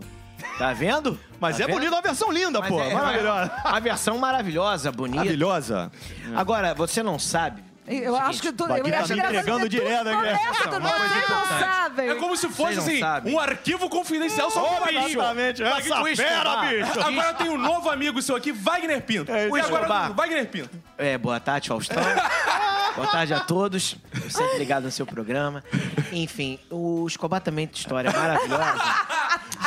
Tá vendo?
Mas
Tá
é
vendo?
bonita, é uma versão linda,
Mas
pô.
é-
Maravilhosa. É.
A versão maravilhosa, bonita.
Maravilhosa.
Agora, você não sabe. É
Eu acho que tudo. Eu
Baguinha
acho
tá me
engraçado
entregando
que tudo
direto aqui.
honesto,
Uma coisa
Vocês não
importante.
É
sabem.
como se fosse
Vocês não
assim,
sabem.
um arquivo confidencial só com o Baguinho.
Exatamente. Essa
Baguinho
fera,
Escobar.
bicho.
Agora tem um novo amigo seu aqui, Wagner Pinto.
É,
e agora, um
Escobar.
Wagner Pinto.
É, boa tarde, Faustão. boa tarde a todos. Eu sempre ligado no seu programa. Enfim, o Escobar também tem história maravilhosa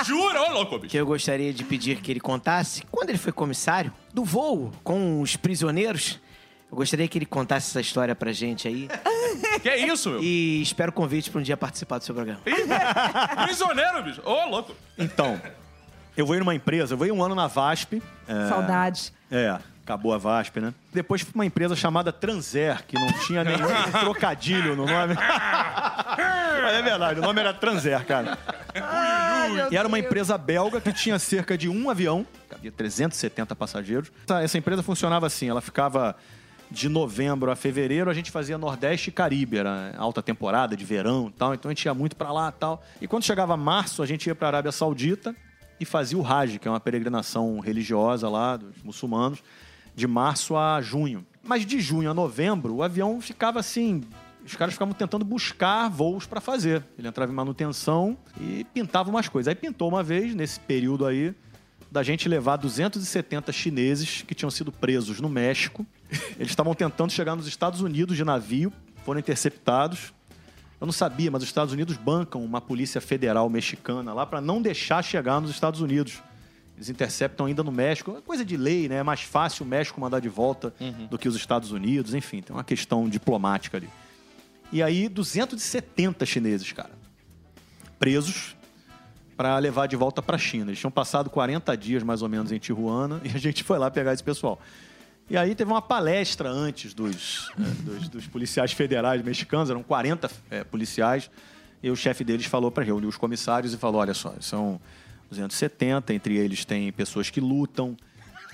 Jura? Ô, louco, bicho.
que eu gostaria de pedir que ele contasse quando ele foi comissário do voo com os prisioneiros. Eu gostaria que ele contasse essa história pra gente aí.
Que é isso, meu?
E espero o convite pra um dia participar do seu programa.
Prisioneiro, bicho. Ô, louco.
Então, eu vou ir numa empresa, eu vou ir um ano na VASP. é,
Saudade.
É, acabou a VASP, né? Depois fui pra uma empresa chamada Transair, que não tinha nenhum trocadilho no nome. Mas é verdade, o nome era Transair, cara. E era uma empresa belga que tinha cerca de um avião, havia 370 passageiros. Tá, Essa, essa empresa funcionava assim, ela ficava de novembro a fevereiro, a gente fazia Nordeste e Caribe, era alta temporada de verão e tal, então a gente ia muito pra lá e tal. E quando chegava março, a gente ia pra Arábia Saudita e fazia o Hajj, que é uma peregrinação religiosa lá dos muçulmanos, de março a junho. Mas de junho a novembro, o avião ficava assim, os caras ficavam tentando buscar voos pra fazer. Ele entrava em manutenção e pintava umas coisas. Aí pintou uma vez, nesse período aí, da gente levar 270 chineses que tinham sido presos no México. Eles estavam tentando chegar nos Estados Unidos de navio, foram interceptados. Eu não sabia, mas os Estados Unidos bancam uma polícia federal mexicana lá pra não deixar chegar nos Estados Unidos. Eles interceptam ainda no México. É coisa de lei, né? É mais fácil o México mandar de volta do que os Estados Unidos. Enfim, tem uma questão diplomática ali. E aí, 270 chineses, cara, presos para levar de volta para a China. Eles tinham passado 40 dias mais ou menos em Tijuana e a gente foi lá pegar esse pessoal. E aí teve uma palestra antes dos, eh, dos, dos policiais federais mexicanos, eram 40 eh, policiais, e o chefe deles falou para reunir os comissários e falou: olha só, são 270, entre eles tem pessoas que lutam,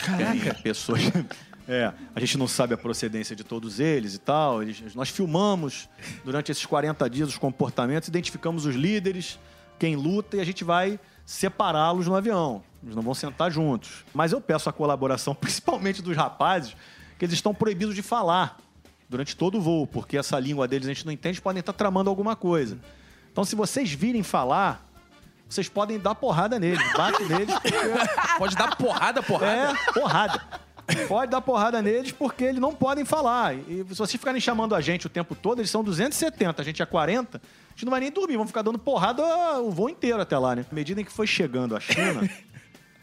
tem pessoas. É, a gente não sabe a procedência de todos eles e tal. Eles- nós filmamos durante esses 40 dias os comportamentos, identificamos os líderes, quem luta, e a gente vai separá-los no avião. Eles não vão sentar juntos. Mas eu peço a colaboração, principalmente dos rapazes, que eles estão proibidos de falar durante todo o voo, porque essa língua deles a gente não entende, podem estar tramando alguma coisa. Então, se vocês virem falar, vocês podem dar porrada neles, bate neles. porque-
Pode dar porrada, porrada.
é, porrada. Pode dar porrada neles porque eles não podem falar. E se vocês ficarem chamando a gente o tempo todo, eles são 270, a gente é 40. A gente não vai nem dormir, vão ficar dando porrada o voo inteiro até lá, né? À medida em que foi chegando a China,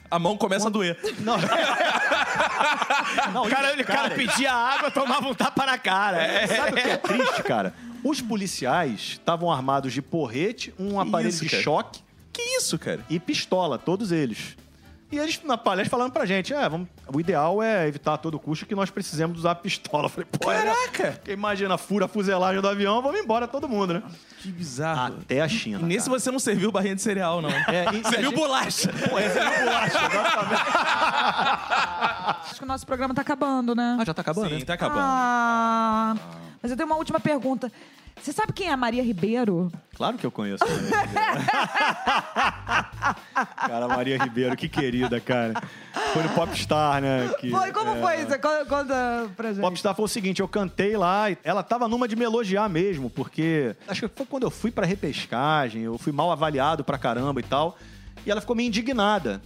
A mão começa a doer.
Não. Não,
O cara, o cara pedia água, tomava um tapa na cara. É.
Sabe o que é triste, cara? Os policiais estavam armados de porrete, um aparelho
isso,
de
cara?
choque
Que isso, cara?
e pistola, todos eles. E eles, na palestra, falando pra gente, é, vamos- o ideal é evitar a todo custo que nós precisamos usar a pistola. Eu falei, pô, é, né?
Caraca!
Porque imagina, fura a fuselagem do avião, vamos embora todo mundo, né?
Que bizarro.
Até a China,
E Ah, nesse
cara.
você não serviu barrinha de cereal, não.
Tá. É, e- é
Você
a
viu
gente-
bolacha.
Acho que o nosso programa tá acabando, né?
Ah, já tá acabando,
Sim,
né?
tá acabando.
Ah, mas eu tenho uma última pergunta. Você sabe quem é a Maria Ribeiro?
Claro que eu conheço. cara, Maria Ribeiro, que querida, cara. Foi no Popstar, né? que-
Foi, como
é.
foi isso? Conta, conta pra gente.
Popstar foi o seguinte, eu cantei lá, e ela tava numa de me elogiar mesmo, porque acho que foi quando eu fui pra repescagem, eu fui mal avaliado pra caramba e tal, e ela ficou meio indignada.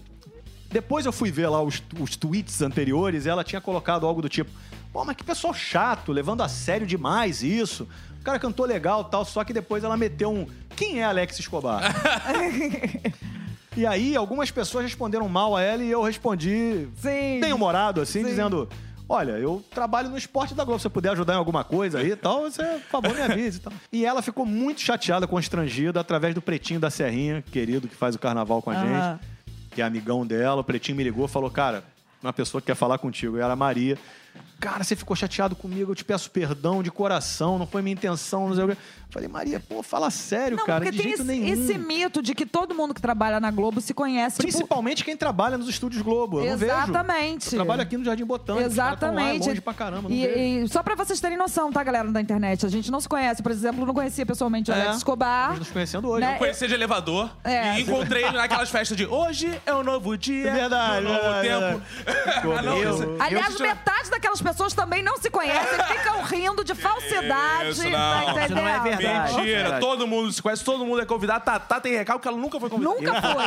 Depois eu fui ver lá os, os tweets anteriores, e ela tinha colocado algo do tipo: pô, mas que pessoal chato, levando a sério demais isso. O cara cantou legal e tal, só que depois ela meteu um: quem é Alex Escobar? E aí, algumas pessoas responderam mal a ela e eu respondi
Sim.
bem humorado, assim,
Sim.
dizendo: Olha, eu trabalho no esporte da Globo, se você puder ajudar em alguma coisa aí e tal, você, por favor, me avise e tal. E ela ficou muito chateada, constrangida, através do Pretinho da Serrinha, querido, que faz o carnaval com a
Aham.
gente, que é amigão dela. O Pretinho me ligou e falou: Cara, uma pessoa que quer falar contigo, e era a Maria. Cara, você ficou chateado comigo, eu te peço perdão de coração, não foi minha intenção, não sei o quê. Eu Falei, Maria, pô, fala sério,
Não,
cara,
porque
de
tem
jeito
esse,
nenhum.
esse mito de que todo mundo que trabalha na Globo se conhece. tipo,
Principalmente quem trabalha nos estúdios Globo. Eu não vejo.
Exatamente.
Eu trabalho aqui no Jardim Botânico. os caras tão Lá, é
Exatamente.
longe pra caramba. Não
e,
vejo.
e só pra vocês terem noção, tá, galera da internet? A gente não se conhece. Por exemplo, eu não conhecia pessoalmente o
É.
Alex Escobar.
Estamos nos conhecendo hoje.
Né?
Eu
Conheci de elevador
É.
e encontrei ele naquelas festas de hoje é um novo dia,
É verdade,
um novo
verdade,
tempo. Ah, não,
Eu-
você-
Aliás,
eu-
metade daquelas pessoas também não se conhecem, ficam rindo de falsidade.
Isso
tá
não.
entendendo?
Isso não é verdade.
Mentira,
Verdade.
todo mundo se conhece, todo mundo é convidado. Tatá tem recalque que ela nunca foi convidada.
Nunca fui.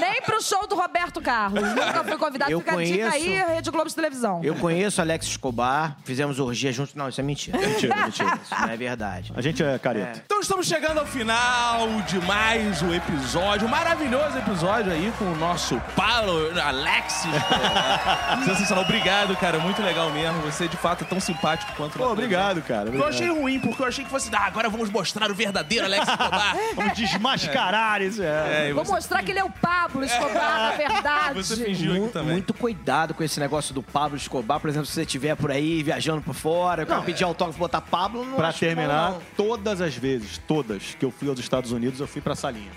Nem pro show do Roberto Carlos. Nunca fui convidado.
Eu
Fica a dica
conheço-
aí, Rede Globo de Televisão.
Eu conheço Alex Escobar, fizemos orgia juntos. Não, isso é mentira. Mentira, mentira. Isso não é verdade.
A gente é careta.
Então estamos chegando ao final de mais um episódio, um maravilhoso episódio aí com o nosso Paulo Alexis. pô. Sensacional, obrigado, cara, muito legal mesmo. Você de fato é tão simpático quanto né?
Pô,
na
obrigado, cara.
televisão. Eu
Obrigado.
achei ruim, porque eu achei que fosse, ah, agora vamos mostrar o verdadeiro Alex Escobar.
Vamos desmascarar isso. É.
É, e
Vou
você-
mostrar que ele é o Pablo Escobar, na verdade.
Você fingiu aqui
Mu-
também.
Muito cuidado com esse negócio do Pablo Escobar. Por exemplo, se você estiver por aí viajando por fora, não, pedir autógrafo, botar Pablo, não
é. Pra
acho bom,
terminar,
não.
todas as vezes, todas que eu fui aos Estados Unidos, eu fui pra salinha.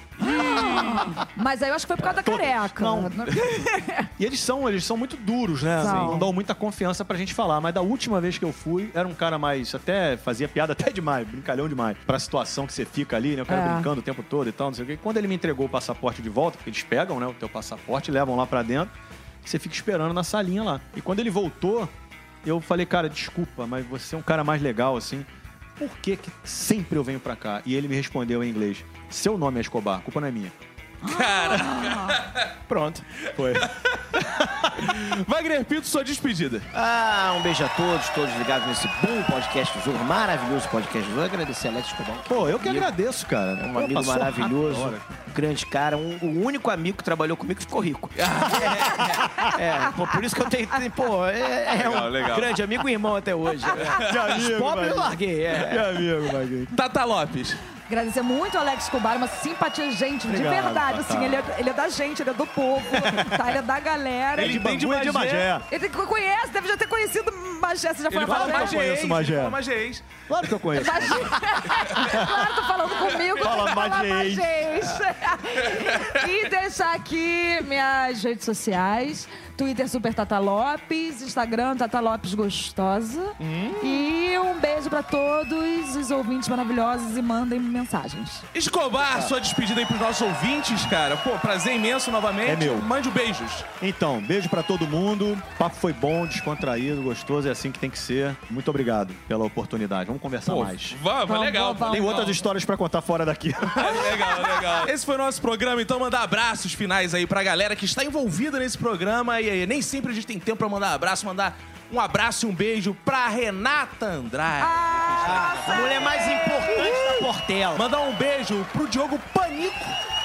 Mas aí eu acho que foi por causa da careca.
Não. E eles são, eles são muito duros, né?
São.
Não dão muita confiança pra gente falar. Mas da última vez que eu fui, era um cara mais. Até fazia piada até demais, brincalhão demais. Pra situação que você fica ali, né? O cara
É.
brincando o tempo todo e tal, não sei o quê. Quando ele me entregou o passaporte de volta, porque eles pegam, né? O teu passaporte, levam lá pra dentro. Você fica esperando na salinha lá. E quando ele voltou, eu falei, cara, desculpa, mas você é um cara mais legal, assim. Por que, que sempre eu venho pra cá? E ele me respondeu em inglês: Seu nome é Escobar, a culpa não é minha.
Ah.
Pronto.
Foi.
Wagner Pinto, sua despedida.
Ah, um beijo a todos, todos ligados nesse bom podcast do Zorro, maravilhoso podcast do Zorro. Agradecer a Alex Escobar. que
Pô, eu que
é um amigo,
agradeço, cara.
É um
Pô,
amigo
passou
maravilhoso,
rápido a hora.
um grande cara, um- o único amigo que trabalhou comigo que ficou rico. é, é, pô, por isso que eu tenho, tenho- pô, é, é
Legal,
um
legal.
grande amigo e irmão até hoje.
Que amigo,
Pobre eu
Maguinho.
larguei, é.
Que amigo, Maguinho.
Tata Lopes.
Agradecer muito ao Alex Escobar, uma simpatia, gente, de
Obrigado,
verdade.
Tatá.
Assim, ele, é, ele é da gente, ele é do povo, tá? ele é da galera.
Ele
De
Bem de
Bangu e de
Magé.
Magé.
Ele que conhece, deve já ter conhecido Magé. Você já foi
Ele
lá
fala
pra Magé?
Magé.
mageês.
conheço Magé.
Ele fala mageês.
Claro que eu conheço.
Claro, tá falando comigo.
Fala
tem que falar
Magéis.
Magéis. e deixar aqui minhas redes sociais. Twitter Super Tata Lopes, Instagram Tata Lopes Gostosa. E E um beijo pra todos os ouvintes maravilhosos e mandem mensagens.
Escobar, sua despedida aí pros nossos ouvintes, cara. Pô, prazer imenso novamente.
É meu.
Mande um beijos.
Então, beijo pra todo mundo. O papo foi bom, descontraído, gostoso. É assim que tem que ser. Muito obrigado pela oportunidade. Vamos conversar
Pô,
mais.
vamos, é
Vamos,
legal.
vamos,
Tem
vamos.
outras histórias pra contar fora daqui.
Legal, legal. Esse foi o nosso programa, então mandar abraços finais aí pra galera que está envolvida nesse programa. E aí, nem sempre a gente tem tempo pra mandar abraço, mandar um abraço e um beijo pra Renata Andrade.
A mulher mais importante da Portela.
Mandar um beijo pro Diogo Panico,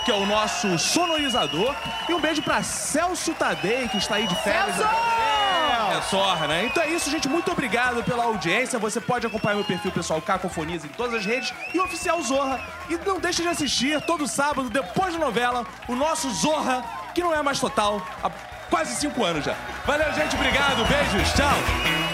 que é o nosso sonorizador. E um beijo pra Celso Tadei, que está aí de férias. É, sorra, né? Então é isso, gente. Muito obrigado pela audiência. Você pode acompanhar meu perfil pessoal Cacofonias em todas as redes e o Oficial Zorra. E não deixe de assistir todo sábado, depois da novela, o nosso Zorra, que não é mais total, há quase cinco anos já. Valeu, gente. Obrigado. Beijos. Tchau.